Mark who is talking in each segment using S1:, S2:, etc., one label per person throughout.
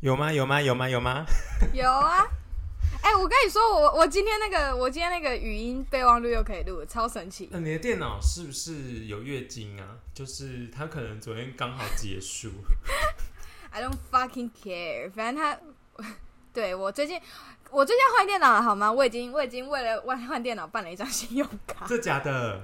S1: 有吗？有吗？有吗？有吗？
S2: 有啊。哎、我跟你说，我我今天那个我今天那个语音备忘录又可以录了，超神奇。
S1: 呃那你的电脑是不是有月经啊？就是它可能昨天刚好结 束。
S2: I don't fucking care，反正他， 对我最近我最近要换电脑了，好吗？我已经我已经为了换换电脑办了一张信用
S1: 嗯
S2: 卡，
S1: 这假的，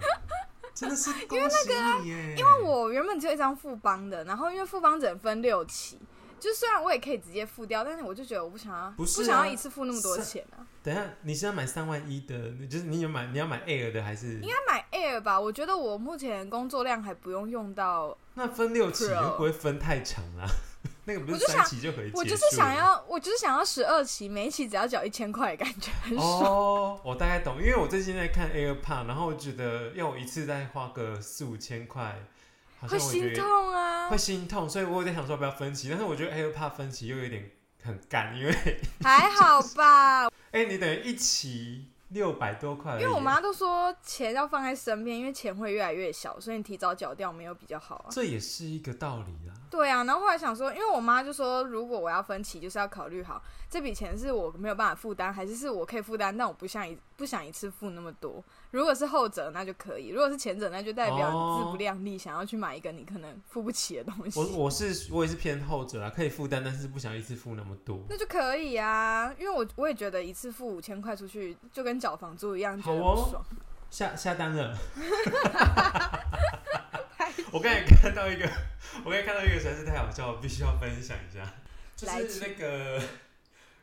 S1: 真的是恭喜你耶！因
S2: 因为我原本只有一张富邦的，然后因为富邦只能分六期，就虽然我也可以直接付掉，但是我就觉得我不想要，
S1: 不是啊
S2: 想要一次付那么多
S1: 是
S2: 钱啊。
S1: 等一下你是要买三万一的，你就是你有买你要买 Air 的还是
S2: 应？该买 Air 吧？我觉得我目前工作量还不用用到，
S1: 那分六期
S2: Pro
S1: 又不会分太长啊？ 那个不
S2: 啊我
S1: 是
S2: 就想
S1: 三期就可以结束了
S2: 我就是想要，我就是想要十二期，每一期只要缴一千块，感觉很爽。
S1: 哦，我大概懂，因为我最近在看 AirPod，然后我觉得要我一次再花个四五千块，好
S2: 会
S1: 像我觉
S2: 心
S1: 得
S2: 痛啊
S1: 会！心痛，所以我有点想说不要分期，但是我觉得 AirPod 分期又有点很干，因为
S2: 还好 吧，
S1: 哎、你等于一期六百多块而
S2: 因
S1: 已，
S2: 为我妈都说钱要放在身边，因为钱会越来越小，所以你提早缴掉没有比较好啊。
S1: 这也是一个道理啦。
S2: 对啊，然后后来想说，因为我妈就说，如果我要分期，就是要考虑好这笔钱是我没有办法负担，还是是我可以负担，但我不想一不想一次付那么多。如果是后者，那就可以；如果是前者，那就代表
S1: 哦
S2: 你自不量力，想要去买一个你可能付不起的东
S1: 我
S2: 西，
S1: 我是我也是偏后者啦，啊可以负担，但是不想一次付那么多。
S2: 那就可以啊。因为我我也觉得一次付五千块出去，就跟缴房租一样，觉
S1: 好
S2: 得
S1: 哦
S2: 不爽。
S1: 下下单 了。我刚才看到一个，我刚才看到一个实在是太好笑，我必须要分享一下，就
S2: 来
S1: 是
S2: 请
S1: 那个，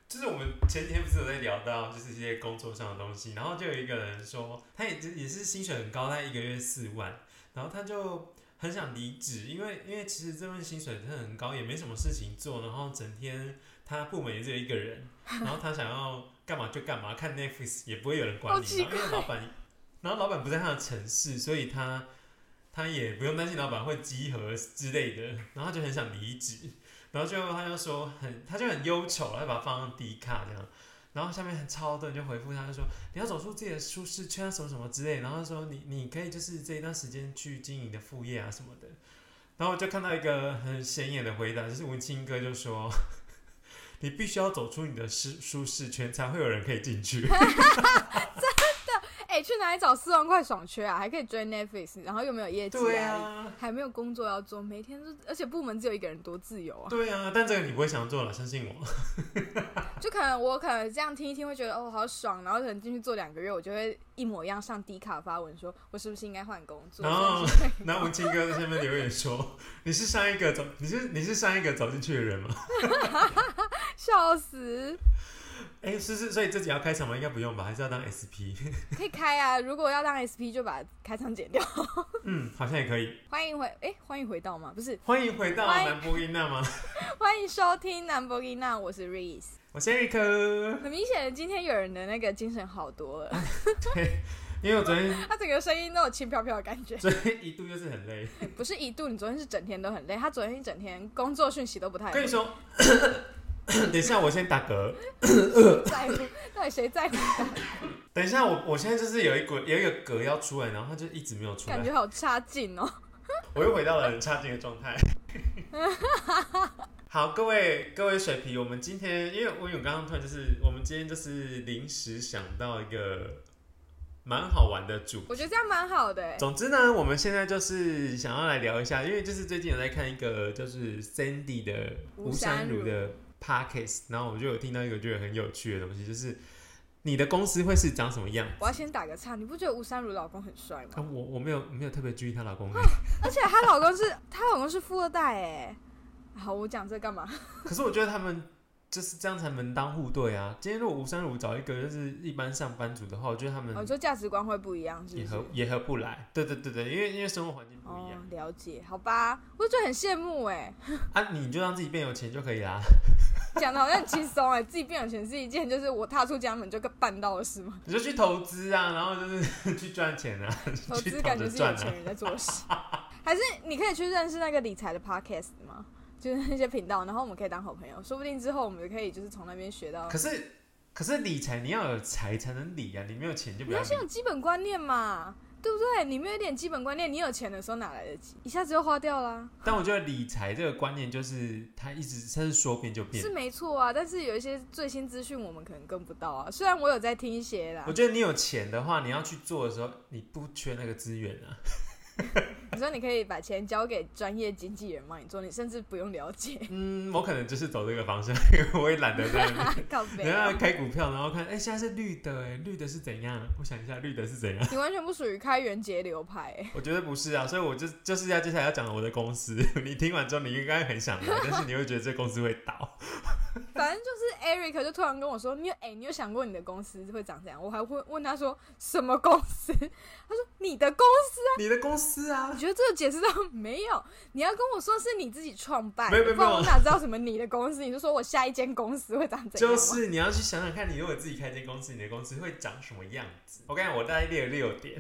S1: 就是我们前几天不是有在聊到就是一些工作上的东西，然后就有一个人说，他也是也是薪水很高，他一个月四万，然后他就很想离职，因为因为其实这份薪水真的很高，也没什么事情做，然后整天他部门也只有一个 人，然后他想要干嘛就干嘛，看 Netflix 也不会有人管
S2: 好
S1: 你，
S2: 奇
S1: 然后因为老板，然后老板不在他的城市，所以他他也不用担心老板会集合之类的，然后他就很想离职，然后最后他就说很，他就很忧愁，他就把它放到低卡这样。然后下面很超多人就回复他，就说你要走出自己的舒适圈啊，什么什么之类。然后说你你可以就是这一段时间去经营你的副业啊什么的。然后我就看到一个很显眼的回答，就是文青哥就说， 你必须要走出你的舒舒适圈，才会有人可以进 去。
S2: 哎、去哪里找四万块爽缺啊？还可以追 Netflix，然后又没有业绩
S1: 对
S2: 压力
S1: 啊，
S2: 还没有工作要做，每天都，而且部门只有一个人，多自由啊！
S1: 对啊，但这个你不会想做了，相信我。
S2: 就可能我可能这样听一听，会觉得哦好爽，然后可能进去做两个月，我就会一模一样上低卡发文说，我是不是应该换工作？
S1: 然后
S2: 是不是
S1: 然后文青哥在下面留言说：“你是上一个走，你是你是上一个走进去的人吗
S2: 笑死，？”
S1: 哎、是是，所以自己要开场吗？应该不用吧，还是要当 SP？
S2: 可以开啊！如果要当 SP，就把开场剪掉。
S1: 嗯，好像也可以。
S2: 欢迎回，哎、欢迎回到吗？不是，
S1: 欢迎回到
S2: 欢迎
S1: 南波音娜吗？
S2: 欢迎收听南博基娜，我是 Reese。
S1: 我是 Eric，
S2: 很明显，今天有人的那个精神好多 了，
S1: 因为我昨天
S2: 他整个声音都有轻飘飘的感觉。
S1: 昨天一度就是很累。
S2: 不是一度，你昨天是整天都很累，他昨天一整天工作讯息都不太
S1: 跟你说， 等一下我先打嗝。
S2: 在乎，到底谁 在乎？
S1: 等一下我我现在就是有一股有一个嗝要出来，然后它就一直没有出
S2: 感
S1: 来，
S2: 觉好差劲哦。
S1: 我又回到了很差劲的状态。 好，各位各位水皮，我们今天因为我有刚刚突然就是，我们今天就是临时想到一个蛮好玩的主
S2: 我觉得这样蛮好的欸，
S1: 总之呢，我们现在就是想要来聊一下，因为就是最近有在看一个就是 Sandy 的吴
S2: 吴
S1: 山
S2: 山如
S1: 如的 Podcast，然后我就有听到一个觉得很有趣的东西，就是你的公司会是长什么样？
S2: 我要先打个岔，你不觉得吴珊如老公很帅
S1: 啊，
S2: 吗？
S1: 我我没有没有特别注意她老公欸，
S2: 而且她老公是她老公是富二代哎。好，我讲这干嘛？
S1: 可是我觉得他们就是这样才门当户对啊。今天如果吴山如找一个就是一般上班族的话，我觉得他们
S2: 我说价值观会不一样，是
S1: 也
S2: 哦不是？
S1: 合也合不来。对对对对，因为因为生活环境不一
S2: 哦
S1: 样、，
S2: 了解，好吧，我就很羡慕哎，
S1: 啊，你就让自己变有钱就可以 啦，
S2: 讲的好像很轻松哎，自己变有钱是一件，就是我踏出家门就办到的事吗？
S1: 你就去投资啊，然后就是 去赚钱啊。
S2: 投
S1: 去
S2: 资
S1: 躺
S2: 感
S1: 着
S2: 觉是
S1: 赚
S2: 有
S1: 啊
S2: 钱人在做的 事，还是你可以去认识那个理财的 podcast 吗？就是那些频道，然后我们可以当好朋友，说不定之后我们就可以就是从那边学到
S1: 可是可是理财你要有财才能理啊，你没有钱就不
S2: 你
S1: 要
S2: 要
S1: 理
S2: 先有基本观念嘛。对不对？你没有一点基本观念，你有钱的时候哪来得及？一下子就花掉啦，
S1: 但我觉得理财这个观念就是它一直它是说变就变
S2: 是。没错啊。但是有一些最新资讯我们可能跟不到啊。虽然我有在听一些啦
S1: 我，觉得你有钱的话，你要去做的时候，你不缺那个资源啊。
S2: 你说你可以把钱交给专业经纪人帮你做，你甚至不用了解，
S1: 嗯，我可能就是走这个方向， 因为 我也懒得在那边。
S2: 靠背啊、
S1: 然后开股票，然后看，哎、现在是绿的，哎，绿的是怎样？我想一下，绿的是 怎样？
S2: 你完全不属于开源节流派、欸。
S1: 我觉得不是啊，所以我就就是要接下来要讲我的公司。 你听完之后，你应该很想来，但是你会觉得这公司会倒。
S2: 反正就是 Eric 就突然跟我说：“你有哎、你有想过你的公司会长怎样？”我还会问他说：“什么公司？” 他说：“你的公司。
S1: 你的公司”啊
S2: 我，觉得这个解释到没有，你要跟我说是你自己创办的，
S1: 没有没有
S2: 不然我
S1: 没有
S2: 哪知道什么你的公司？你就说我下一间公司会长怎样
S1: 就
S2: 吗？
S1: 是你要去想想看，你如果自己开间公司，你的公司会长什么样子？我跟你讲，我大概列了六 点。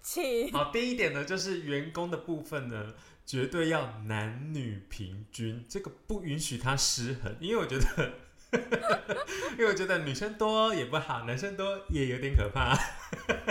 S2: 请
S1: 好，第一点呢，就是员工的部分呢，绝对要男女平均，这个不允许它失衡，因为我觉得， 因为我觉得女生多也不好，男生多也有点可怕，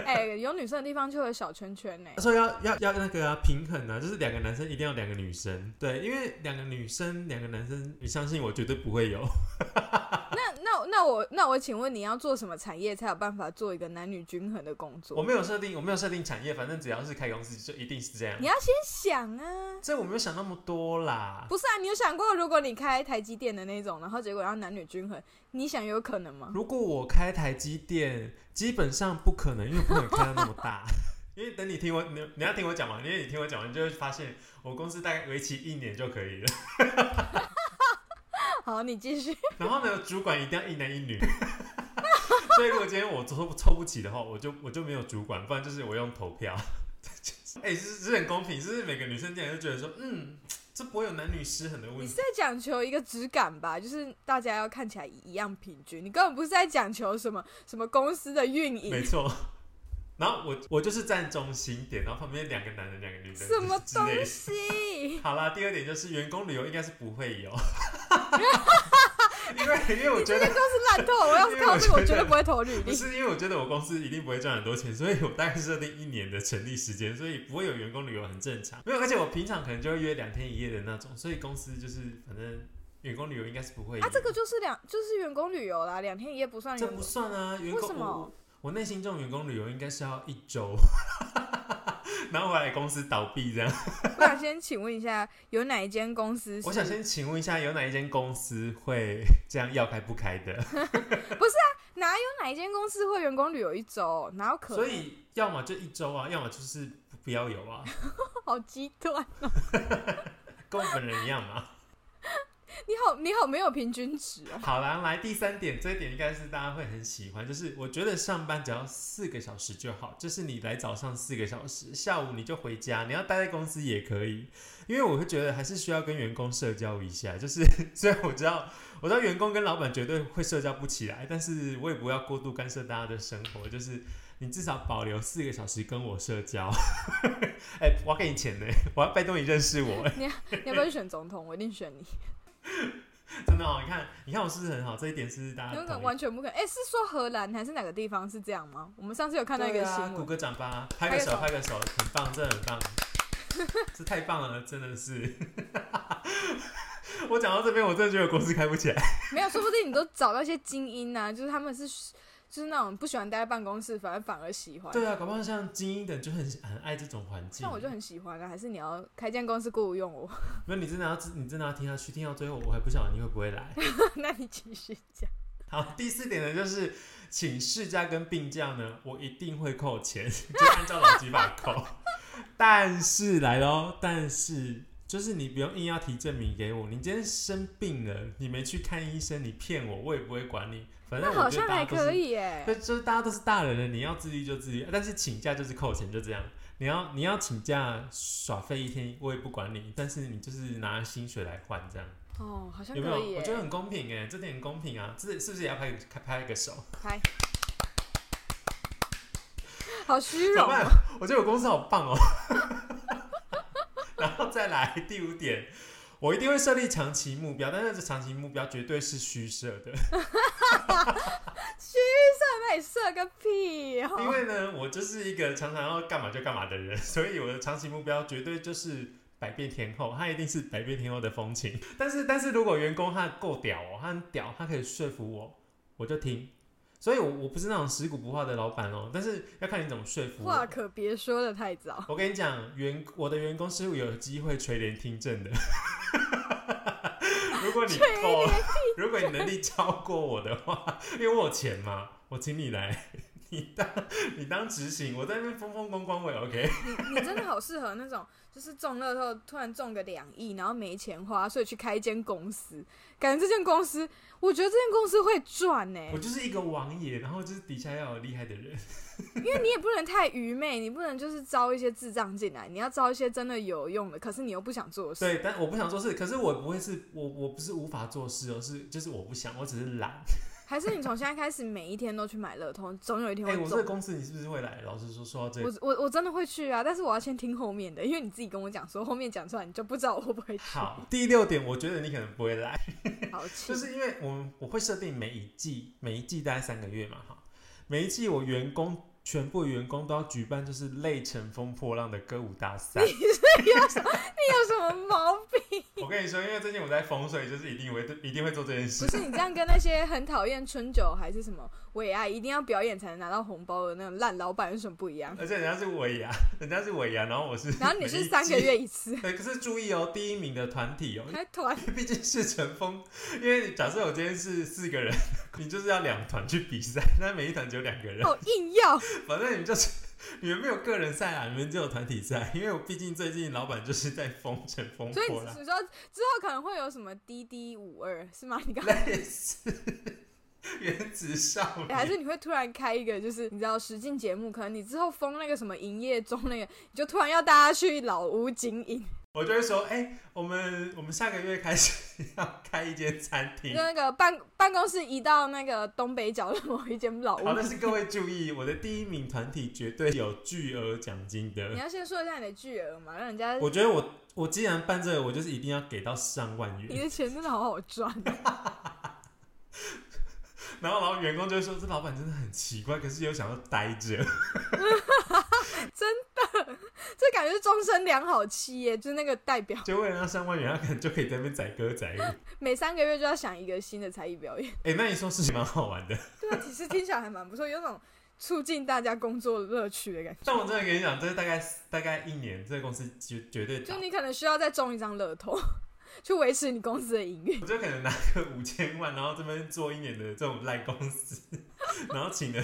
S2: 哎、有女生的地方就有小圈圈哎 呢、
S1: 所以要要要那个啊，平衡啊，就是两个男生一定要两个女生，对，因为两个女生两个男生，你相信我绝对不会有，
S2: 那那那我那我请问你要做什么产业才有办法做一个男女均衡的工
S1: 我
S2: 作？
S1: 没有设定，我没有设定产业，反正只要是开公司就一定是这样
S2: 你。要先想啊。
S1: 这我没有想那么多啦，
S2: 不是啊，你有想过，如果你开台积电的那种，然后结果要男女均衡，你想有可能吗？
S1: 如果我开台积电，基本上不可能，因为不可能开到那么大。 因为等你听我，你你要听我讲完，因为你听我讲完，你就会发现我公司大概为期一年就可以了。
S2: 好，你继续。
S1: 然后呢，主管一定要一男一女。 所以如果今天我抽不抽不起的话，我就我就没有主管，不然就是我用投票。 哎、是是很公平，就是每个女生进来就觉得说，嗯，这不会有男女失衡的问
S2: 你是
S1: 题。
S2: 在讲求一个质感吧，就是大家要看起来一样平均。你根本不是在讲求什么什么公司的运
S1: 没
S2: 营，
S1: 错。然后我我就是站中心点，然后旁边两个男人，两个女人，
S2: 什么
S1: 之类的
S2: 东西？
S1: 好啦，第二点就是员工旅游应该是不会 有，因为因为我
S2: 你
S1: 觉
S2: 这
S1: 得
S2: 间公司烂透了，我要是看到这个，我绝对不会投 履
S1: 不
S2: 历。
S1: 是因为我觉得我公司一定不会赚很多钱，所以我大概设定一年的成立时间，所以不会有员工旅游很正常。没有，而且我平常可能就会约两天一夜的那种，所以公司就是反正员工旅游应该是不会有。
S2: 啊，这个就是两，就是员工旅游啦，两天一夜不算
S1: 这
S2: 员
S1: 不
S2: 工。
S1: 算啊，员工
S2: 为什么
S1: 我我内心中员工旅游应该是要一周，然后回来公司倒闭这样。
S2: 我想先请问一下，有哪一间公司是？
S1: 我想先请问一下，有哪一间公司会这样要开不开的？
S2: 哪有哪一间公司会员工旅游一周？哪有可能？
S1: 所以要么就一周啊，要么就是不不要有啊，
S2: 好极端。
S1: 跟我本人一样嘛。
S2: 你好，你好，没有平均值 哦。
S1: 好啦，来第三点，这一点应该是大家会很喜欢，就是我觉得上班只要四个小时就好，就是你来早上四个小时，下午你就回家，你要待在公司也可以，因为我会觉得还是需要跟员工社交一下，就是虽然我知道我知道员工跟老板绝对会社交不起来，但是我也不要过度干涉大家的生活，就是你至少保留四个小时跟我社交， 哎、我要给你钱呢，我要拜托你认识我，
S2: 你要不要去选总统？我一定选你。
S1: 真的哦，你看，你看我是不是很好？这一点是大家
S2: 那
S1: 啊同
S2: 个
S1: 意
S2: 完全不可能。哎、是说荷兰还是哪个地方是这样吗？我们上次有看到一
S1: 对
S2: 个
S1: 啊
S2: 新
S1: 鼓
S2: 闻，
S1: 个掌吧，拍个手，
S2: 拍
S1: 拍个手，很棒，真的很棒， 这太棒了，真的是。 我讲到这边，我真的觉得我公司开不起来。
S2: 没有，说不定你都找到一些精英啊，就是他们是就是那种不喜欢待在办公室，反而反而喜欢。
S1: 对啊，搞不好像精英的就很很爱这种环境
S2: 像。我就很喜欢啊，还是你要开间公司雇佣我？
S1: 没有，你真的要你真的要听下去，听到最后我还不晓得你会不会来。
S2: 那你继续讲。
S1: 好，第四点呢，就是请事假跟病假呢，我一定会扣钱，就按照劳基法扣。 但是来喽，但是就是你不用硬要提证明给我，你今天生病了，你没去看医生，你骗我，我也不会管你。反正
S2: 那
S1: 我
S2: 好
S1: 觉得
S2: 像
S1: 大
S2: 还
S1: 家都
S2: 可
S1: 是，
S2: 以哎、
S1: 就就是大家都是大人了，你要自律就自律，但是请假就是扣钱，就这样。你要你要请假耍废一天，我也不管你，但是你就是拿薪水来换这样。
S2: 哦，好像
S1: 有没有？
S2: 可以
S1: 我
S2: 哎、
S1: 觉得很公平哎，这点很公平啊，这是不是也要拍个拍一个手？
S2: 拍。 好虚
S1: 怎
S2: 荣
S1: 么办
S2: 哦！？
S1: 我觉得我公司好棒哦。 然后再来第五点，我一定会设立长期目标，但是这长期目标绝对是虚设的。
S2: 那那里设个屁哦、
S1: 因为呢，我就是一个常常要干嘛就干嘛的人，所以我的长期目标绝对就是百变天后，她一定是百变天后的风情。但是，但是如果员工他够屌哦，他很屌，他可以说服我，我就听。所以我，我不是那种食古不化的老板哦，但是要看你怎么说服
S2: 话
S1: 我。
S2: 可别说的太早。
S1: 我跟你讲，员我的员工是有机会垂帘听政的。 如果你够，如果你能力超过我的话，因为我有钱嘛，我请你来， 你当你当执行，我在那边风风光光，我也 OK。
S2: 你真的好适合那种，就是中乐透突然中个两亿，然后没钱花，所以去开一间公司。感觉这间公司，我觉得这间公司会赚呢、欸
S1: 我就是一个王爷，然后就是底下要有厉害的人。
S2: 因为你也不能太愚昧，你不能就是招一些智障进来，你要招一些真的有用的，可是你又不想做的事。
S1: 对，但我不想做事，可是我不会是我我不是无法做事哦，是就是我不想，我只是懒。
S2: 还是你从现在开始每一天都去买乐透，总有一天
S1: 哎、
S2: 会
S1: 我这
S2: 中。
S1: 个公司你是不是会来？老实说，说到这
S2: 我我我真的会去啊，但是我要先听后面的，因为你自己跟我讲说后面讲出来，你就不知道我会不会去。
S1: 好，第六点，我觉得你可能不会来，
S2: 好气，
S1: 就是因为我们我会设定每一季，每一季大概三个月嘛，哈，每一季我员工全部员工都要举办就是类乘风破浪的歌舞大 赛。
S2: 你有什么毛病？
S1: 我跟你说，因为最近我在风水，就是一定会一定会做这件事
S2: 不。是你这样跟那些很讨厌春酒还是什么为爱一定要表演才能拿到红包的那种烂老板有什么不一 样？
S1: 而且人家是尾牙，人家是尾牙，然后我是，
S2: 然后你是三个，月一次，
S1: 对，可是注意哦，第一名的团体哦，
S2: 还团
S1: 因为毕竟是乘风，因为假设我今天是四个人， 你就是要两团去比赛，那每一团只有两个人，
S2: 哦硬要，
S1: 反正你们就是你们没有个人赛啊，你们只有团体赛，因为我毕竟最近老板就是在封乘风
S2: 所以
S1: 破
S2: 你
S1: 浪，
S2: 你说之后可能会有什么滴滴五二是吗？你刚 才
S1: 类似原子少
S2: 还
S1: 年。
S2: 是你会突然开一个就是你知道实境节目，可能你之后封那个什么营业中那个，你就突然要大家去老屋经营，
S1: 我就会说，哎、我们我们下个月开始要开一间餐
S2: 就
S1: 厅，
S2: 那个办办公室移到那个东北角的某一间老屋
S1: 好，。但是各位注意，我的第一名团体绝对有巨额奖金
S2: 你
S1: 的。
S2: 要先说一下你的巨额嘛，让人家
S1: 我觉得我我既然办这个，我就是一定要给到上万
S2: 你
S1: 元。
S2: 的钱真的好好赚。
S1: 然后然后员工就会说，这老板真的很奇怪，可是又想要待着。
S2: 这感觉是终身良好企业，就是那个代表
S1: 就为了那上万元，他可能就可以在那边载歌载舞。
S2: 每三个月就要想一个新的才艺表演。
S1: 哎、那你说是蛮好玩的。
S2: 对啊，其实听起来还蛮不错，有种促进大家工作乐趣的感觉。
S1: 但我真的跟你讲，这大概大概一年，这个公司绝绝对倒
S2: 就。你可能需要再中一张乐透， 去维持你公司的营运。
S1: 我就可能拿个五千万，然后这边做一年的这种烂公司， 然后请了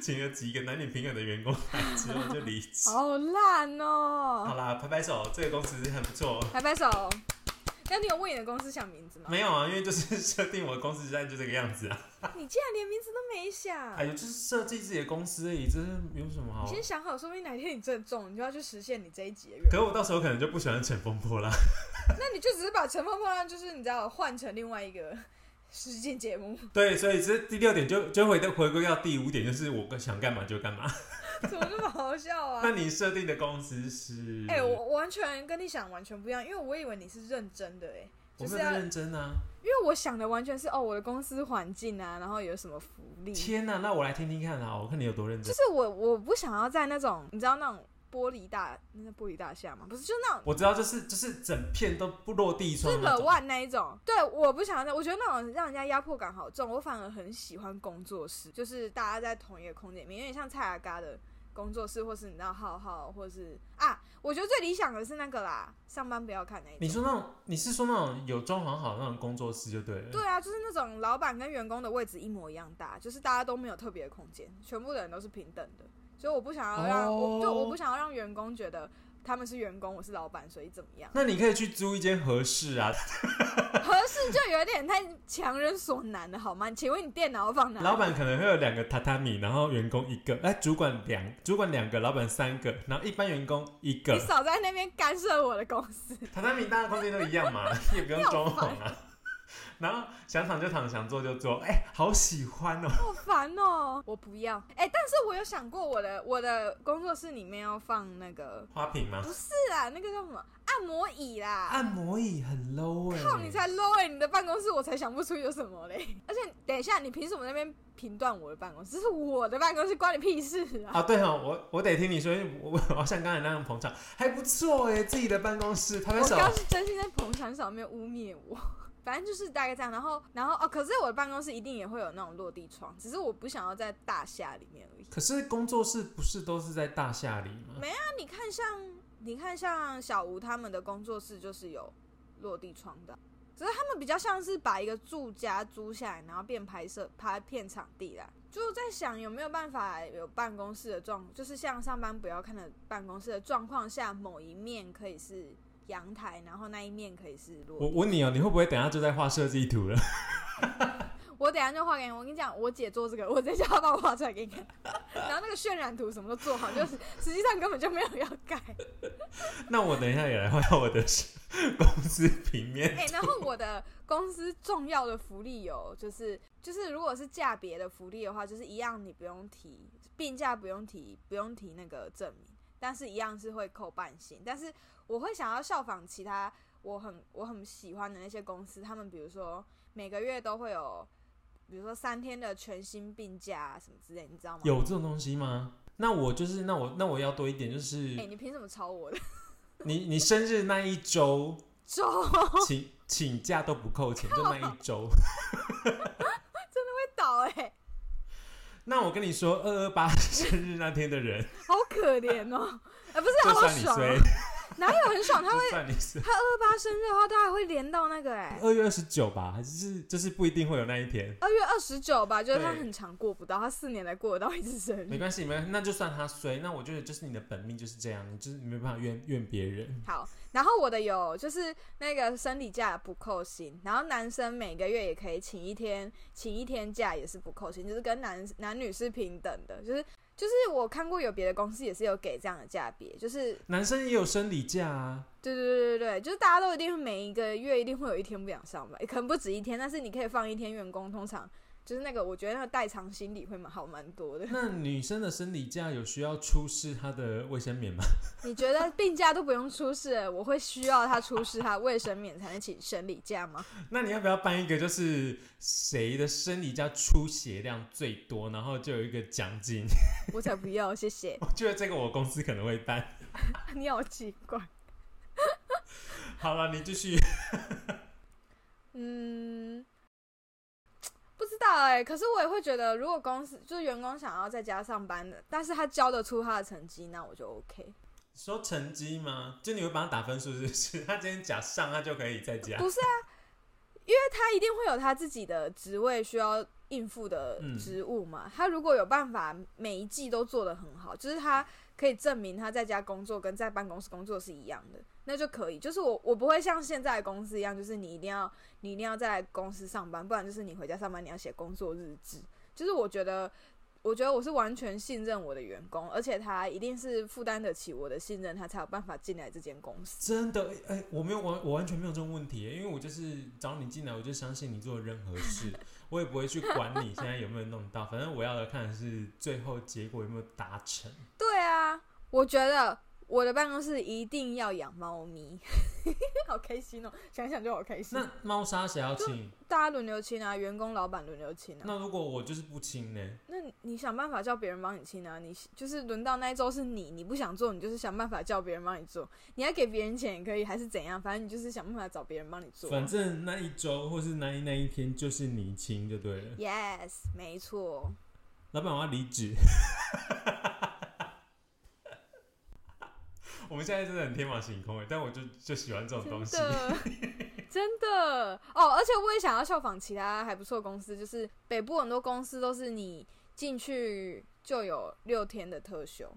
S1: 请了几个男女平等的员工来之后就离职。
S2: 好烂哦、
S1: 好啦，拍拍手，这个公司很不错。
S2: 拍拍手。那你有为你的公司想名字吗？
S1: 没有啊，因为就是 设定我的公司现在就这个样子啊。
S2: 你竟然连名字都没想。
S1: 哎呦，就是设计自己的公司而已，这是有什么好
S2: 你？先想好，说不定哪天你真的中，你就要去实现你这一集的愿
S1: 可是我到时候可能就不喜欢乘风破浪。
S2: 望。那你就只是把《乘风破浪》就是你知道换成另外一个实践节目，
S1: 对，所以这第六点就就回到回归到第五点，就是我想干嘛就干嘛。
S2: 怎么那么好笑啊？
S1: 那你设定的公司是？
S2: 哎、我我完全跟你想完全不一样，因为我以为你是认真的、哎，
S1: 我
S2: 就
S1: 没
S2: 是
S1: 有
S2: 要，
S1: 在
S2: 因
S1: 认真啊！
S2: 为我想的完全是哦，我的公司环境啊，然后有什么福利，就
S1: 天哪、那我来听听看啊，我看你有多认真。
S2: 是我我不想要在那种你知道那种玻璃大那是玻璃大厦嘛，不是就那种
S1: 我知道，就是就是整片都不落地
S2: 就是
S1: 窗那
S2: 冷
S1: 种。
S2: 万那一种，对，我不想要那，我觉得那种让人家压迫感好重，我反而很喜欢工作室，就是大家在同一个空间里面，有点像蔡阿嘎的。工作室，或是你知道浩浩，或是啊，我觉得最理想的是那个啦，上班不要看那一种。
S1: 你说那种，你是说那种有装潢好的那种工作室就对了。
S2: 对啊，就是那种老板跟员工的位置一模一样大，就是大家都没有特别的空间，全部的人都是平等的。所以我不想要让，我就
S1: 哦
S2: 我不想要让员工觉得他们是员工，我是老板，所以怎么
S1: ？
S2: 样
S1: 那你可以去租一间合适啊，
S2: 合适就有点太强人所难了，好吗？请问你电脑放哪？
S1: 老板可能会有两个榻榻米，然后员工一个，哎，主管两，主管两个，老板三个，然后一般员工一
S2: 你
S1: 个。
S2: 少在那边干涉我的公司。
S1: 榻榻米大家空间都一样嘛，你也不用装潢啊。然后想躺就躺，想做就做，哎、好喜欢哦。
S2: 好烦哦、我不要。哎、但是我有想过，我的我的工作室里面要放那个，
S1: 花瓶吗？
S2: 不是啦，那个叫什么按摩椅啦。
S1: 按摩椅很 low 哎、
S2: 靠，你才 low 哎、你的办公室我才想不出有什么嘞。而且等一下，你凭什么那边评断我的办公室？这是我的办公室，关你屁事啊！
S1: 啊，对哦，我我得听你说，因为我我我要像刚才那样捧场，还不错哎，自己的办公室拍拍
S2: 我
S1: 手
S2: 刚，刚是真心在捧场，少没有污蔑我。反正就是大概这样，然后，然后哦，可是我的办公室一定也会有那种落地窗，只是我不想要在大厦里面而已。
S1: 可是工作室不是都是在大厦里吗？
S2: 那你看像，你看像小吴他们的工作室就是有落地窗的，只是他们比较像是把一个住家租下来，然后变拍摄拍片场地啦。就在想有没有办法有办公室的状，就是像上班不要看的办公室的状况下，某一面可以是阳台，然后那一面可以是落
S1: 我
S2: 地。
S1: 问你哦，你会不会等一下就在画设计图了？
S2: 我等一下就画给你，我跟你讲，我姐做这个，我直接叫她帮我画出来给你看。然后那个渲染图什么都做好，就是实际上根本就没有要改。
S1: 那我等一下也来画我的公司平面。
S2: 哎、然后我的公司重要的福利有，就是就是如果是价别的福利的话，就是一样你不用提病假，不用提不用提那个证明，但是一样是会扣半薪。但是我会想要效仿其他我很我很喜欢的那些公司，他们比如说每个月都会有，比如说三天的全薪病假、啊、什么之类，你知道吗？
S1: 有这种东西吗？那我就是，那我那我要多一点，就
S2: 哎、
S1: 是
S2: 你凭什么抄我的？
S1: 你你生日那一周
S2: 周
S1: 请请假都不扣钱，就那一 周。
S2: 会倒哎、
S1: 那我跟你说，二二八生日那天的人，
S2: 好可怜 哦！哎、不是
S1: 就
S2: 好
S1: 算你
S2: 爽、
S1: 衰
S2: 啊，，哪有很爽？他
S1: 就
S2: 会
S1: 算你衰。
S2: 他二八生日的话，他还会连到那个哎、
S1: 二月二十九吧，还是就是不一定会有那一天。
S2: 二月二十九吧，就是他
S1: 对
S2: 很常过不到，他四年才过得到一次生
S1: 没
S2: 日。
S1: 关系，没关系，那就算他衰，那我觉得就是你的本命就是这样，你就是没办法怨怨别人。
S2: 好，然后我的有就是那个生理假不扣薪，然后男生每个月也可以请一天，请一天假也是不扣薪，就是跟男男女是平等的，就是就是我看过有别的公司也是有给这样的价别，就是
S1: 男生也有生理假啊，
S2: 对对对对对，就是大家都一定每一个月一定会有一天不想上班，可能不止一天，但是你可以放一天员工，通常就是那个我觉得那个代偿心理会蛮好蛮多的。
S1: 那女生的生理假有需要出示她的卫生棉吗？
S2: 你觉得病假都不用出示了，我会需要他出示他卫生棉才能请生理假吗？
S1: 那你要不要办一个，就是谁的生理假出血量最多，然后就有一个奖金？
S2: 我才不要，谢谢。
S1: 我觉得这个我公司可能会办。
S2: 你好奇怪。
S1: 好了，你继续。
S2: 嗯，不知道哎、可是我也会觉得，如果公司就是员工想要在家上班的，但是他交得出他的成绩，那我就 OK。
S1: 说成绩吗？就你会帮他打分数，是不是？ 他今天假上，他就可以在家。
S2: 不是啊，因为他一定会有他自己的职位需要应付的
S1: 嗯
S2: 职务嘛。他如果有办法每一季都做得很好，就是他可以证明他在家工作跟在办公室工作是一样的，那就可以。就是我我不会像现在的公司一样，就是你一定要你一定要在公司上班，不然就是你回家上班你要写工作日志。就是我觉得。我觉得我是完全信任我的员工，而且他一定是负担得起我的信任，他才有办法进来这间公司。
S1: 真的，哎、我没有完，我完全没有这种问题耶，因为我就是找你进来，我就相信你做的任何事，我也不会去管你现在有没有弄到，反正我要的看的是最后结果有没有达成。
S2: 对啊，我觉得我的办公室一定要养猫咪， 好开心哦！想想就好开心。
S1: 那猫砂谁要清？
S2: 大家轮流清啊，员工、老板轮流清啊。
S1: 那如果我就是不清呢？
S2: 那你想办法叫别人帮你清啊！你就是轮到那一周是你，你不想做，你就是想办法叫别人帮你做。你还给别人钱也可以，还是怎样？反正你就是想办法找别人帮你做啊。
S1: 反正那一周或是那一那一天就是你清就对了。
S2: Yes，没错。
S1: 老板，我要离职。 我们现在真的很天马行空哎，但我就就喜欢这种东西
S2: 真。的， 真的哦！而且我也想要效仿其他还不错的公司，就是北部很多公司都是你进去就有六天的特休，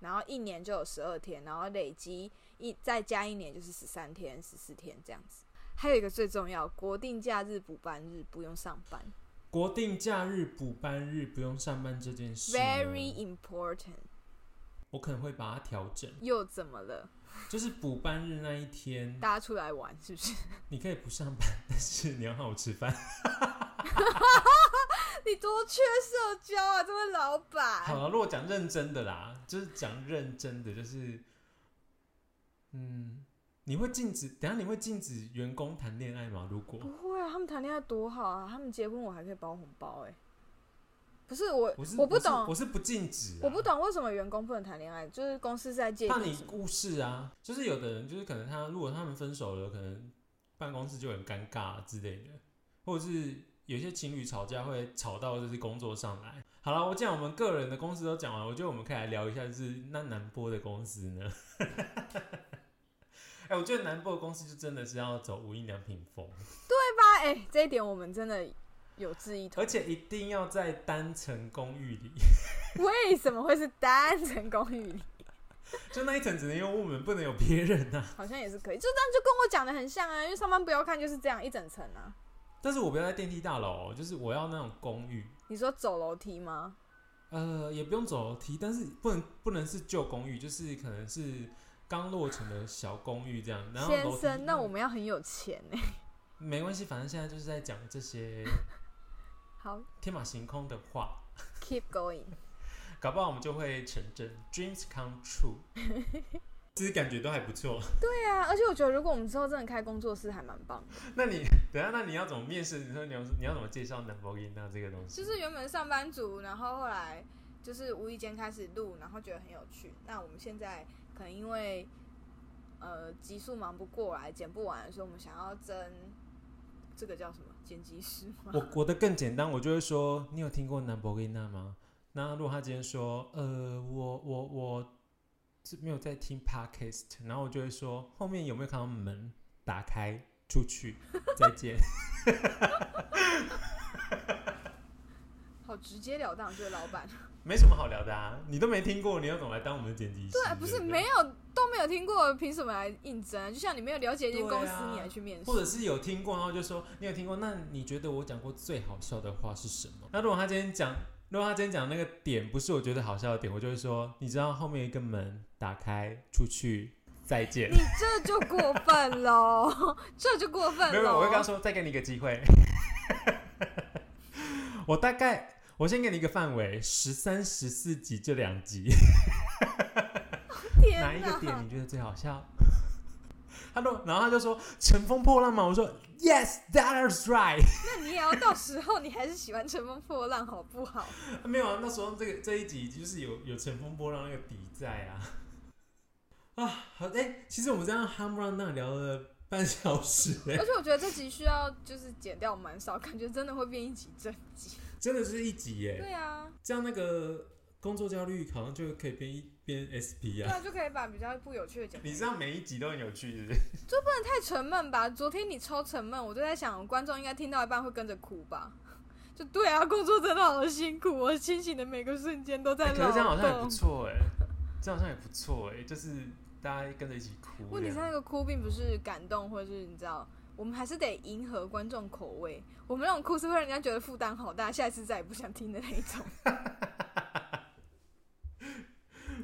S2: 然后一年就有十二天，然后累积一再加一年就是十三天、十四天这样子。还有一个最重要，国定假日补班日不用上班
S1: 国定假日补班日不用上班这件事呢哦
S2: ，very important。
S1: 我可能会把它调整，
S2: 又怎么了？
S1: 就是补班日那一天，
S2: 大家出来玩是不 是？
S1: 你可以不上班，但是你要好好吃饭。
S2: 你多缺社交啊，这位老
S1: 好
S2: 板！
S1: 了，如果讲认真的啦，就是讲认真的，就是，嗯，你会禁止？等一下你会禁止员工谈恋爱吗？如果
S2: 不会啊，他们谈恋爱多好啊，他们结婚我还可以包红包哎、不是我，
S1: 我是
S2: 我不
S1: 是
S2: 懂
S1: 我是不禁止、啊，
S2: 我不懂为什么员工不能谈恋爱，就是公司在界
S1: 怕
S2: 定
S1: 你
S2: 什么。
S1: 误事啊，就是有的人就是可能他如果他们分手了，可能办公室就很尴尬之类的，或者是有些情侣吵架会吵到就是工作上来。好了，我讲我们个人的公司都讲完，我觉得我们可以来聊一下，就是那南波的公司呢。 哎、我觉得南波的公司就真的是要走无印良品风，
S2: 对吧？哎、这一点我们真的有志一同
S1: 而。且一定要在单层公寓里，哎
S2: 为什么会是单层公寓里？
S1: 就那一层只能有我们，不能有别人啊呐、
S2: 好像也是可以，就但就跟我讲的很像啊，因为上班不要看就是这样一整层啊。
S1: 但是我不要在电梯大楼哦，就是我要那种公寓，
S2: 你说走楼梯吗？
S1: 呃，也不用走楼梯，但是不能不能是旧公寓，就是可能是刚落成的小公寓这样。然后
S2: 先
S1: 楼梯嗯
S2: 生，那我们要很有钱欸呢、
S1: 没关系，反正现在就是在讲这些
S2: 好
S1: 天马行空的话，
S2: ，keep going。
S1: 搞不好我们就会成真，dreams come true 。 其实感觉都还不错。
S2: 对啊，而且我觉得如果我们之后真的开工作室，还蛮棒的。
S1: 那你等一下，那你要怎么面试？你说你要你要怎么介绍南博音娜这个东西？
S2: 就是原本上班族，然后后来就是无意间开始录，然后觉得很有趣。那我们现在可能因为呃集数忙不过来，剪不完，所以我们想要争这个叫什么剪辑师吗？
S1: 我我的更简单，我就会说，你有听过南博格娜吗？那如果他今天说，呃，我我我是没有在听 podcast，然后我就会说，后面有没有看到门打开出去，再 见。
S2: 好直截了当，就是老 板。
S1: 没什么好聊的啊，你都没听过，你要怎么来当我们的剪辑师？
S2: 对，啊不是没有都没有听过，凭什么来应征啊？就像你没有了解一间
S1: 对啊
S2: 公司，你还去面试，
S1: 或者是有听过，然后就说你有听过，那你觉得我讲过最好笑的话是什么？那如果他今天讲，如果他今天讲那个点不是我觉得好笑的点，我就会说，你知道后面一个门打开出去，再见
S2: 你。这就过分喽， 这就过
S1: 没有，
S2: 分哦
S1: 没有我会跟他
S2: 喽。
S1: 说再给你一个机会。 我大概，我先给你一个范围，十三、十四集这两集，
S2: 天
S1: 哪一个点
S2: 哪！
S1: 你觉得最好笑？ 他说，然后他就说乘风破浪嘛，我说 Yes, that is right。
S2: 那你也要到时候你还是喜欢乘风破浪好不好？
S1: 没有啊，那时候这个这一集就是有有乘风破浪那个底在啊。 啊，好，哎、其实我们这样哈姆让那聊了半小时、哎，
S2: 而且我觉得这集需要就是剪掉蛮少，感觉真的会变一集正集。
S1: 真的是一集耶、
S2: 对啊，
S1: 这样那个工作焦虑好像就可以变一变 SP
S2: 对
S1: 啊。
S2: 啊，就可以把比较不有趣的剪掉。
S1: 你这样每一集都很有趣，是不是？
S2: 太沉闷吧？昨天你超沉闷，我就在想，观众应该听到一半会跟着哭吧？ 就对啊，工作真的好辛苦，我清醒的每个瞬间都在
S1: 可
S2: 劳
S1: 是
S2: 动。
S1: 这样好像也不错哎、这样好像也不错哎、就是大家跟着一起哭。
S2: 问题是
S1: 这
S2: 那
S1: 样
S2: 个哭并不是感动，或者是你知道，我们还是得迎合观众口味。我们那种哭是会让人家觉得负担好大，下一次再也不想听的那一种。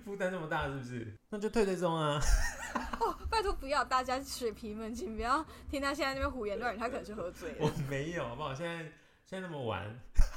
S1: 负担这么大，是不是？那就退退中 啊。
S2: 拜托不要，大家水皮们，请不要听他现在那边胡言乱语，他可能是喝醉
S1: 我
S2: 了。
S1: 没有，好不好？现在现在那么晚，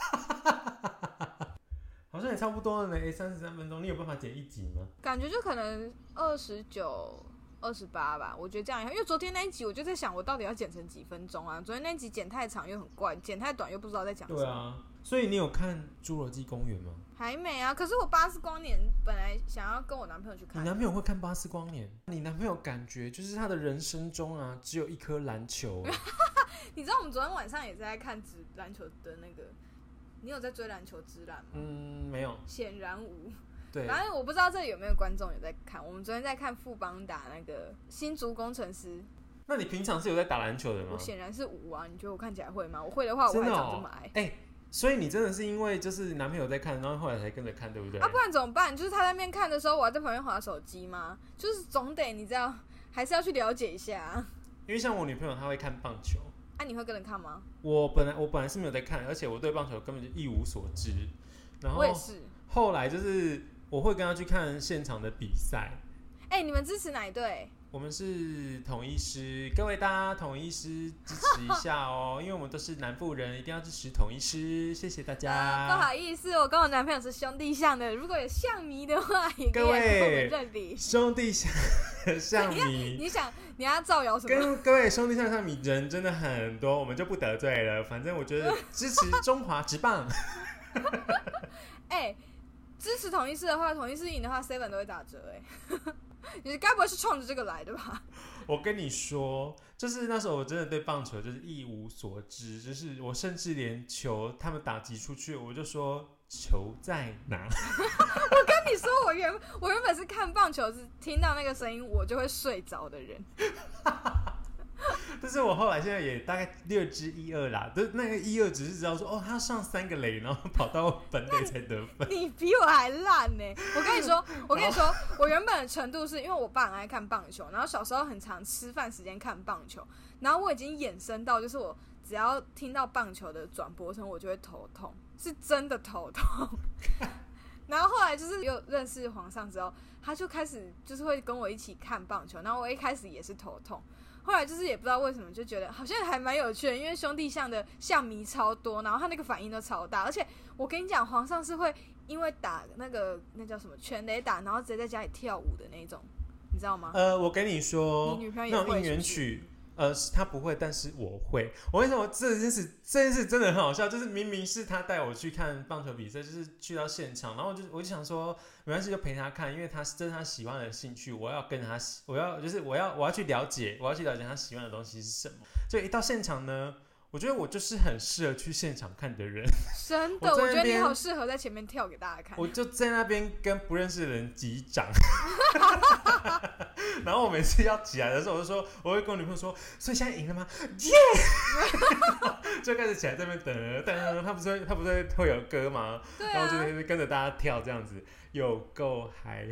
S1: 好像也差不多了呢。哎、三十三分钟，你有办法剪一集吗？
S2: 感觉就可能二十九、二十八吧，我觉得这样也好。因为昨天那一集我就在想，我到底要剪成几分钟啊？昨天那一集剪太长又很怪，剪太短又不知道在讲什么。
S1: 对啊，所以你有看《侏罗纪公园》吗？
S2: 还没啊。可是我巴斯光年本来想要跟我男朋友去
S1: 你
S2: 看，啊
S1: 男朋友会看《巴斯光年》？你男朋友感觉就是他的人生中啊，只有一颗篮球。欸
S2: 你知道我们昨天晚上也是在看直篮球的那个，你有在追篮球之篮吗？
S1: 嗯，没有。
S2: 显然无。
S1: 对，
S2: 反正我不知道这里有没有观众有在看。我们昨天在看富邦打那个新竹工程师，
S1: 那你平常是有在打篮球的吗
S2: 我？显然是无啊。你觉得我看起来会吗？我会的话，我
S1: 真
S2: 还
S1: 的
S2: 长
S1: 哦
S2: 这么矮。
S1: 哎、所以你真的是因为就是男朋友在看，然后后来才跟着看，对不对？
S2: 啊，不然怎么办？就是他在那边看的时候，我还在旁边划手机吗？就是总得你知道，还是要去了解一下啊。
S1: 因为像我女朋友，她会看棒球。
S2: 啊你会跟着看吗？
S1: 我本来我本来是没有在看，而且我对棒球根本就一无所知。然后
S2: 我也是，
S1: 后来就是我会跟他去看现场的比赛。
S2: 哎、你们支持哪一队？
S1: 我们是统一师，各位大家统一师支持一下 哦，因为我们都是南部人，一定要支持统一师，谢谢大
S2: 呃不
S1: 家。
S2: 好意思，我跟我男朋友是兄弟相的，如果有象迷的话，也可以
S1: 各位
S2: 来跟我们认领。
S1: 兄弟像 像你，
S2: 你想你要造 谣什么？
S1: 跟各位兄弟像像你人真的很多，我们就不得罪了。反正我觉得支持中华直棒，
S2: 哎、支持统一师的话，统一师赢的话，seven 都会打折哎、 你该不会是冲着这个来的吧？
S1: 我跟你说，就是那时候我真的对棒球就是一无所知，就是我甚至连球他们打击出去，我就说球在哪。
S2: 跟你说，我原我原本是看棒球，是听到那个声音我就会睡着的人。
S1: 但是我后来现在也大概略知一二啦，就是那个一二只是知道说，哦，他上三个垒，然后跑到本垒才得分。
S2: 你比我还烂呢、我跟你说，我跟你说，我原本的程度是因为我爸很爱看棒球，然后小时候很常吃饭时间看棒球，然后我已经衍生到就是我只要听到棒球的转播声，我就会头痛，是真的头痛。 然后后来就是又认识皇上之后，他就开始就是会跟我一起看棒球，然后我一开始也是头痛。后来就是也不知道为什么就觉得好像还蛮有趣的，因为兄弟象的象迷超多，然后他那个反应都超大，而且我跟你讲，皇上是会因为打那个那叫什么全垒打，然后直接在家里跳舞的那一种，你知道吗？
S1: 呃，我跟你说
S2: 你女朋，友也
S1: 那种
S2: 会
S1: 应援
S2: 是不
S1: 曲，呃，是他不会，但是我会。我跟你说，我这件事这件事真的很好笑，就是明明是他带我去看棒球比赛，就是去到现场，然后我就我就想说，没关系，就陪他看，因为他是这是他喜欢的兴趣，我要跟他喜，我要就是我要我要去了解，我要去了解他喜欢的东西是什么。所以一到现场呢，我觉得我就是很适合去现场看的人。
S2: 真的，
S1: 我
S2: 我
S1: 在那
S2: 觉得你
S1: 边
S2: 好适合在前面跳给大家看。
S1: 我就在那边跟不认识的人击 掌，然后我每次要起来的时候，我就说，我会跟我女朋友说，所以现在赢了吗？耶、 就开始起来在那边等等等，他不是会他不是会会有歌吗？
S2: 对
S1: 然后就
S2: 啊
S1: 在，那边跟着大家跳这样子，有够嗨。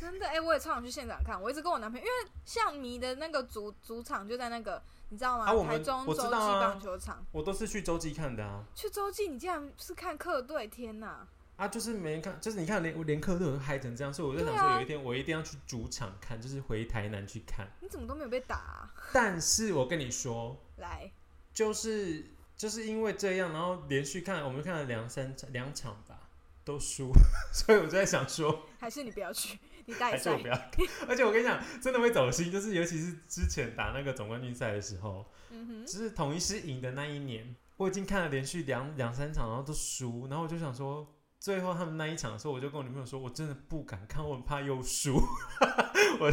S2: 真的，哎、我也超想去现场看。我一直跟我男朋友，因为象迷的那个主主场就在那个，你知道吗？
S1: 啊我们
S2: 台中
S1: 我
S2: 洲
S1: 知
S2: 际
S1: 道啊
S2: 棒球场。
S1: 我都是去洲际看的啊，
S2: 去洲际，你竟然是看客队，天哪！
S1: 啊，就是没人看，就是你看连我连课都有嗨成这样，所以我就想
S2: 对
S1: 说
S2: 啊
S1: 有一天我一定要去主场看，就是回台南去看。
S2: 你怎么都没有被打啊、
S1: 但是我跟你说，
S2: 来，
S1: 就是就是因为这样，然后连续看，我们看了两三场两场吧，都输， 所以我就在想说，
S2: 还是你不要去， 你
S1: 还
S2: 带
S1: 是我
S2: 赛
S1: 不。要看。 而且我跟你讲，真的会走心，就是尤其是之前打那个总冠军赛的时候，
S2: 嗯哼，
S1: 就是统一师赢的那一年，我已经看了连续两两三场，然后都输，然后我就想说。最后他们那一场的时候，我就跟我女朋友说，我真的不敢看，我很怕又输。 我，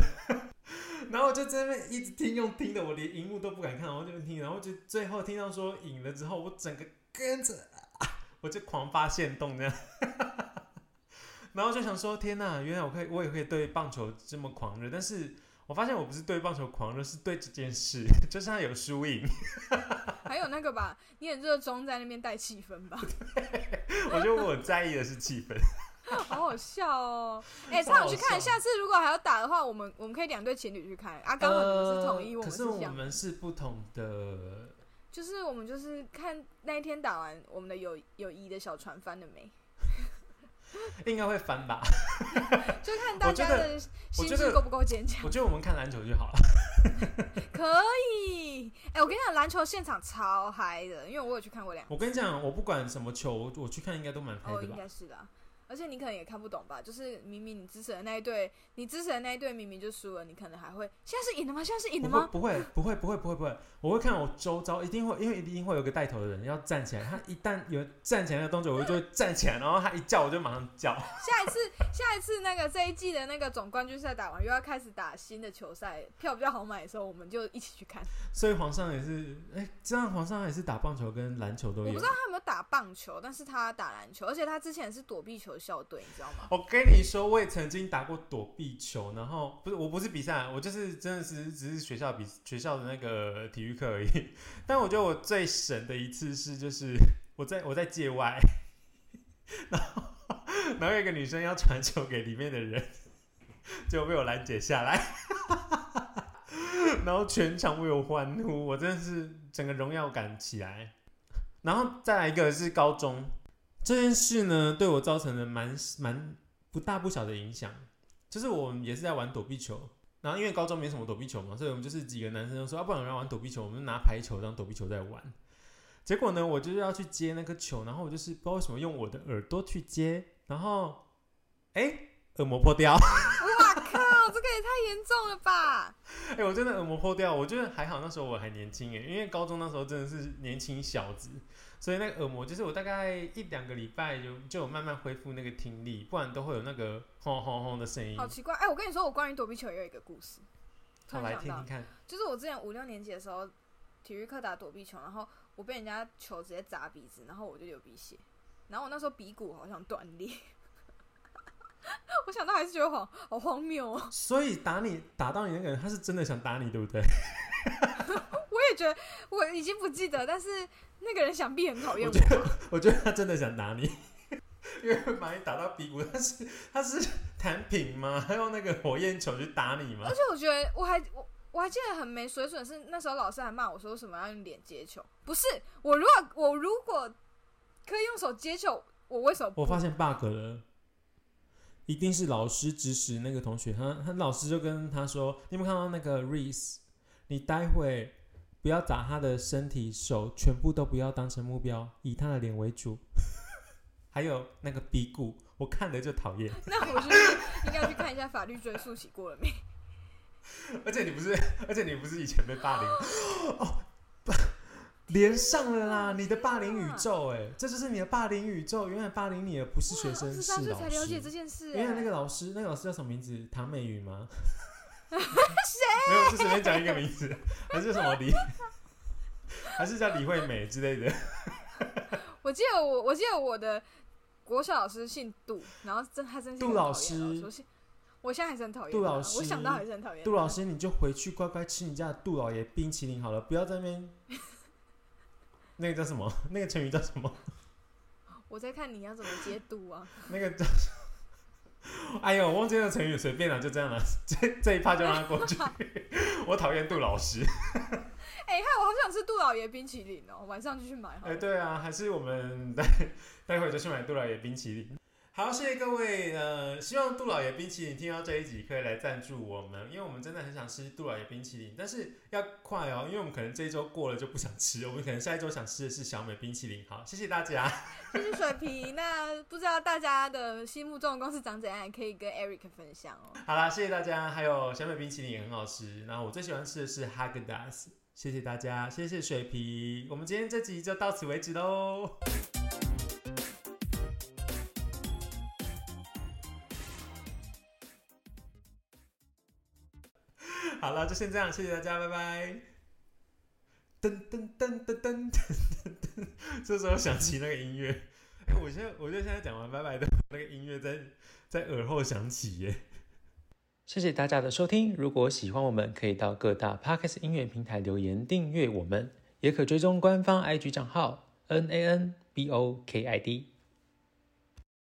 S1: 然后我就在那边一直听，用听的，我连荧幕都不敢看，然后就听，然后就最后听到说赢了之后，我整个跟着， 我就狂发现动这样。 然后就想说，天呐，原来我可以，我也可以对棒球这么狂热。但是我发现我不是对棒球狂热，是对这件事， 就是它有输赢。
S2: 还有那个吧，你很热衷在那边带气氛吧，
S1: 我觉得我很在意的是气氛。
S2: 好好笑哦！哎、
S1: 超好
S2: 超想去看，
S1: 笑
S2: 下次如果还要打的话，我们我们可以两对情侣去看啊。刚好你们是统一，
S1: 呃
S2: 我
S1: 可
S2: 们
S1: 是
S2: 是这
S1: 我
S2: 样，
S1: 们是不同的。
S2: 就是我们就是看那一天打完我们的友友谊的小船翻了 没，
S1: 应该会翻吧？
S2: 就看大家的
S1: 我
S2: 心
S1: 觉
S2: 智
S1: 得
S2: 够不够坚强。
S1: 我觉得我们看篮球就好了。
S2: 可以，哎、我跟你讲，篮球现场超嗨的，因为我有去看过两，
S1: 我跟你讲，我不管什么球，我我去看应该都蛮嗨
S2: 哦，
S1: 的
S2: 应
S1: 哎吧？
S2: 该是的啊、而且你可能也看不懂吧，就是明明你支持的那一队，你支持的那一队明明就输了，你可能还会现在是赢了吗？现在是赢了
S1: 不
S2: 吗
S1: 会？不会不会不会不会不会，我会看我周遭，一定会，因为一定会有个带头的人要站起来。他一旦有站起来的动作，我就会站起来，然后他一叫我就马上叫。
S2: 下一次，下一次那个这一季的那个总冠军赛打完，又要开始打新的球赛，票比较好买的时候，我们就一起去看。
S1: 所以皇上也是，哎、这样皇上也是打棒球跟篮球都
S2: 我
S1: 有
S2: 不知。道他有没有打棒球，但是他打篮球，而且他之前是躲避球校队，你知道吗？
S1: 我跟你说，我也曾经打过躲避球，然后不是，我不是比赛，我就是真的是只是学校比学校的那个体育课而已。 但我觉得我最神的一次是，就是我在我在界外， 然后然后有一个女生要传球给里面的人，结果被我拦截下来， 然后全场为我欢呼，我真的是整个荣耀感起来。然后再来一个是高中这件事呢，对我造成了蛮蛮不大不小的影响。就是我们也是在玩躲避球，然后因为高中没什么躲避球嘛，所以我们就是几个男生就说，要、啊、不然我们来玩躲避球，我们就拿排球当躲避球在玩。结果呢，我就是要去接那个球，然后我就是不知道为什么用我的耳朵去接，然后哎，耳膜破掉。
S2: 哇 靠，这个也太严重了吧！
S1: 哎、我真的耳膜破掉，我觉得还好，那时候我还年轻哎，因为高中那时候真的是年轻小子，所以那个耳膜就是我大概一两个礼拜就就有慢慢恢复那个听力，不然都会有那个轰轰轰的声音
S2: 好。奇怪，哎、我跟你说，我关于躲避球也有一个故事，突
S1: 好，来
S2: 然想
S1: 听
S2: 到
S1: 听，看。
S2: 就是我之前五六年级的时候，体育课打躲避球，然后我被人家球直接砸鼻子，然后我就流鼻血，然后我那时候鼻骨好像断裂， 我想到还是觉得好好荒谬哦。
S1: 所以打你打到你那个人，他是真的想打你，对不对？
S2: 我也觉得我已经不记得，但是那个人想必很讨厌
S1: 我
S2: 我
S1: 觉。得，我觉得他真的想打你， 因为把你打到屁股，他是他是弹屏 吗？他用那个火焰球去打你吗
S2: 而？且我觉得我还我我还记得很没水准，是那时候老师还骂我说什么要用脸接球，不是我如果我如果可以用手接球，我为什么不
S1: 我发现 bug 了，一定是老师指使那个同学，他他老师就跟他说，你有没有看到那个 Reese？你待会不要打他的身体，手全部都不要当成目标，以他的脸为主。 还有那个鼻骨，我看了就讨厌。
S2: 那我是不是应该去看一下法律追溯期过了没？
S1: 而且你不是，而且你不是以前被霸凌哦，不连上了啦！你的霸凌宇宙、哎，这就是你的霸凌宇宙。原来霸凌你的不是学生，
S2: 二十
S1: 是啊
S2: 三岁
S1: 老
S2: 才了解这
S1: 师。
S2: 件事、哎
S1: 原来那个老师，那个老师叫什么名字？唐美云吗？ 谁？没有，就随便讲一个名字，还是什么李，还是叫李惠美之类的。
S2: 我记得我我记得我的国小老师姓杜，然后真他真是一个
S1: 杜老
S2: 很讨厌的
S1: 师
S2: 老我现我现在还是很讨厌
S1: 杜
S2: 他
S1: 老师
S2: 我想到还是很讨厌
S1: 杜老
S2: 师。
S1: 师，你就回去乖乖吃你家的杜老爷冰淇淋好了，不要在那边。 那个叫什么？那个成语叫什么？
S2: 我在看你要怎么接杜啊？
S1: 那个叫，哎呦，我忘记那个成语，随便了，就这样了，这这一趴就让它过去。 我讨厌杜老师，
S2: 哎、害我好想吃杜老爷冰淇淋哦，晚上就去买好
S1: 哎、
S2: 了。
S1: 对啊，还是我们待待会就去买杜老爷冰淇淋。好，谢谢各位，呃，希望杜老爷冰淇淋听到这一集可以来赞助我们，因为我们真的很想吃杜老爷冰淇淋，但是要快哦，因为我们可能这一周过了就不想吃，我们可能下一周想吃的是小美冰淇淋。好，谢谢大家。
S2: 谢谢水瓶。那不知道大家的心目中的公司长怎样，也可以跟 Eric 分享哦。
S1: 好啦，谢谢大家。还有小美冰淇淋也很好吃，然后我最喜欢吃的是哈根达斯。谢谢大家，谢谢水皮。我们今天这集就到此为止喽。 好了，就先这样，谢谢大家，拜拜。噔噔噔噔噔噔噔噔，这时候想起那个音乐，哎、我现在我就现在讲完拜拜的那个音乐在在耳后响起耶。
S3: 谢谢大家的收听。如果喜欢我们，可以到各大 Podcast 音乐平台留言订阅我们，也可追踪官方 IG 账号 N A N B O K I D。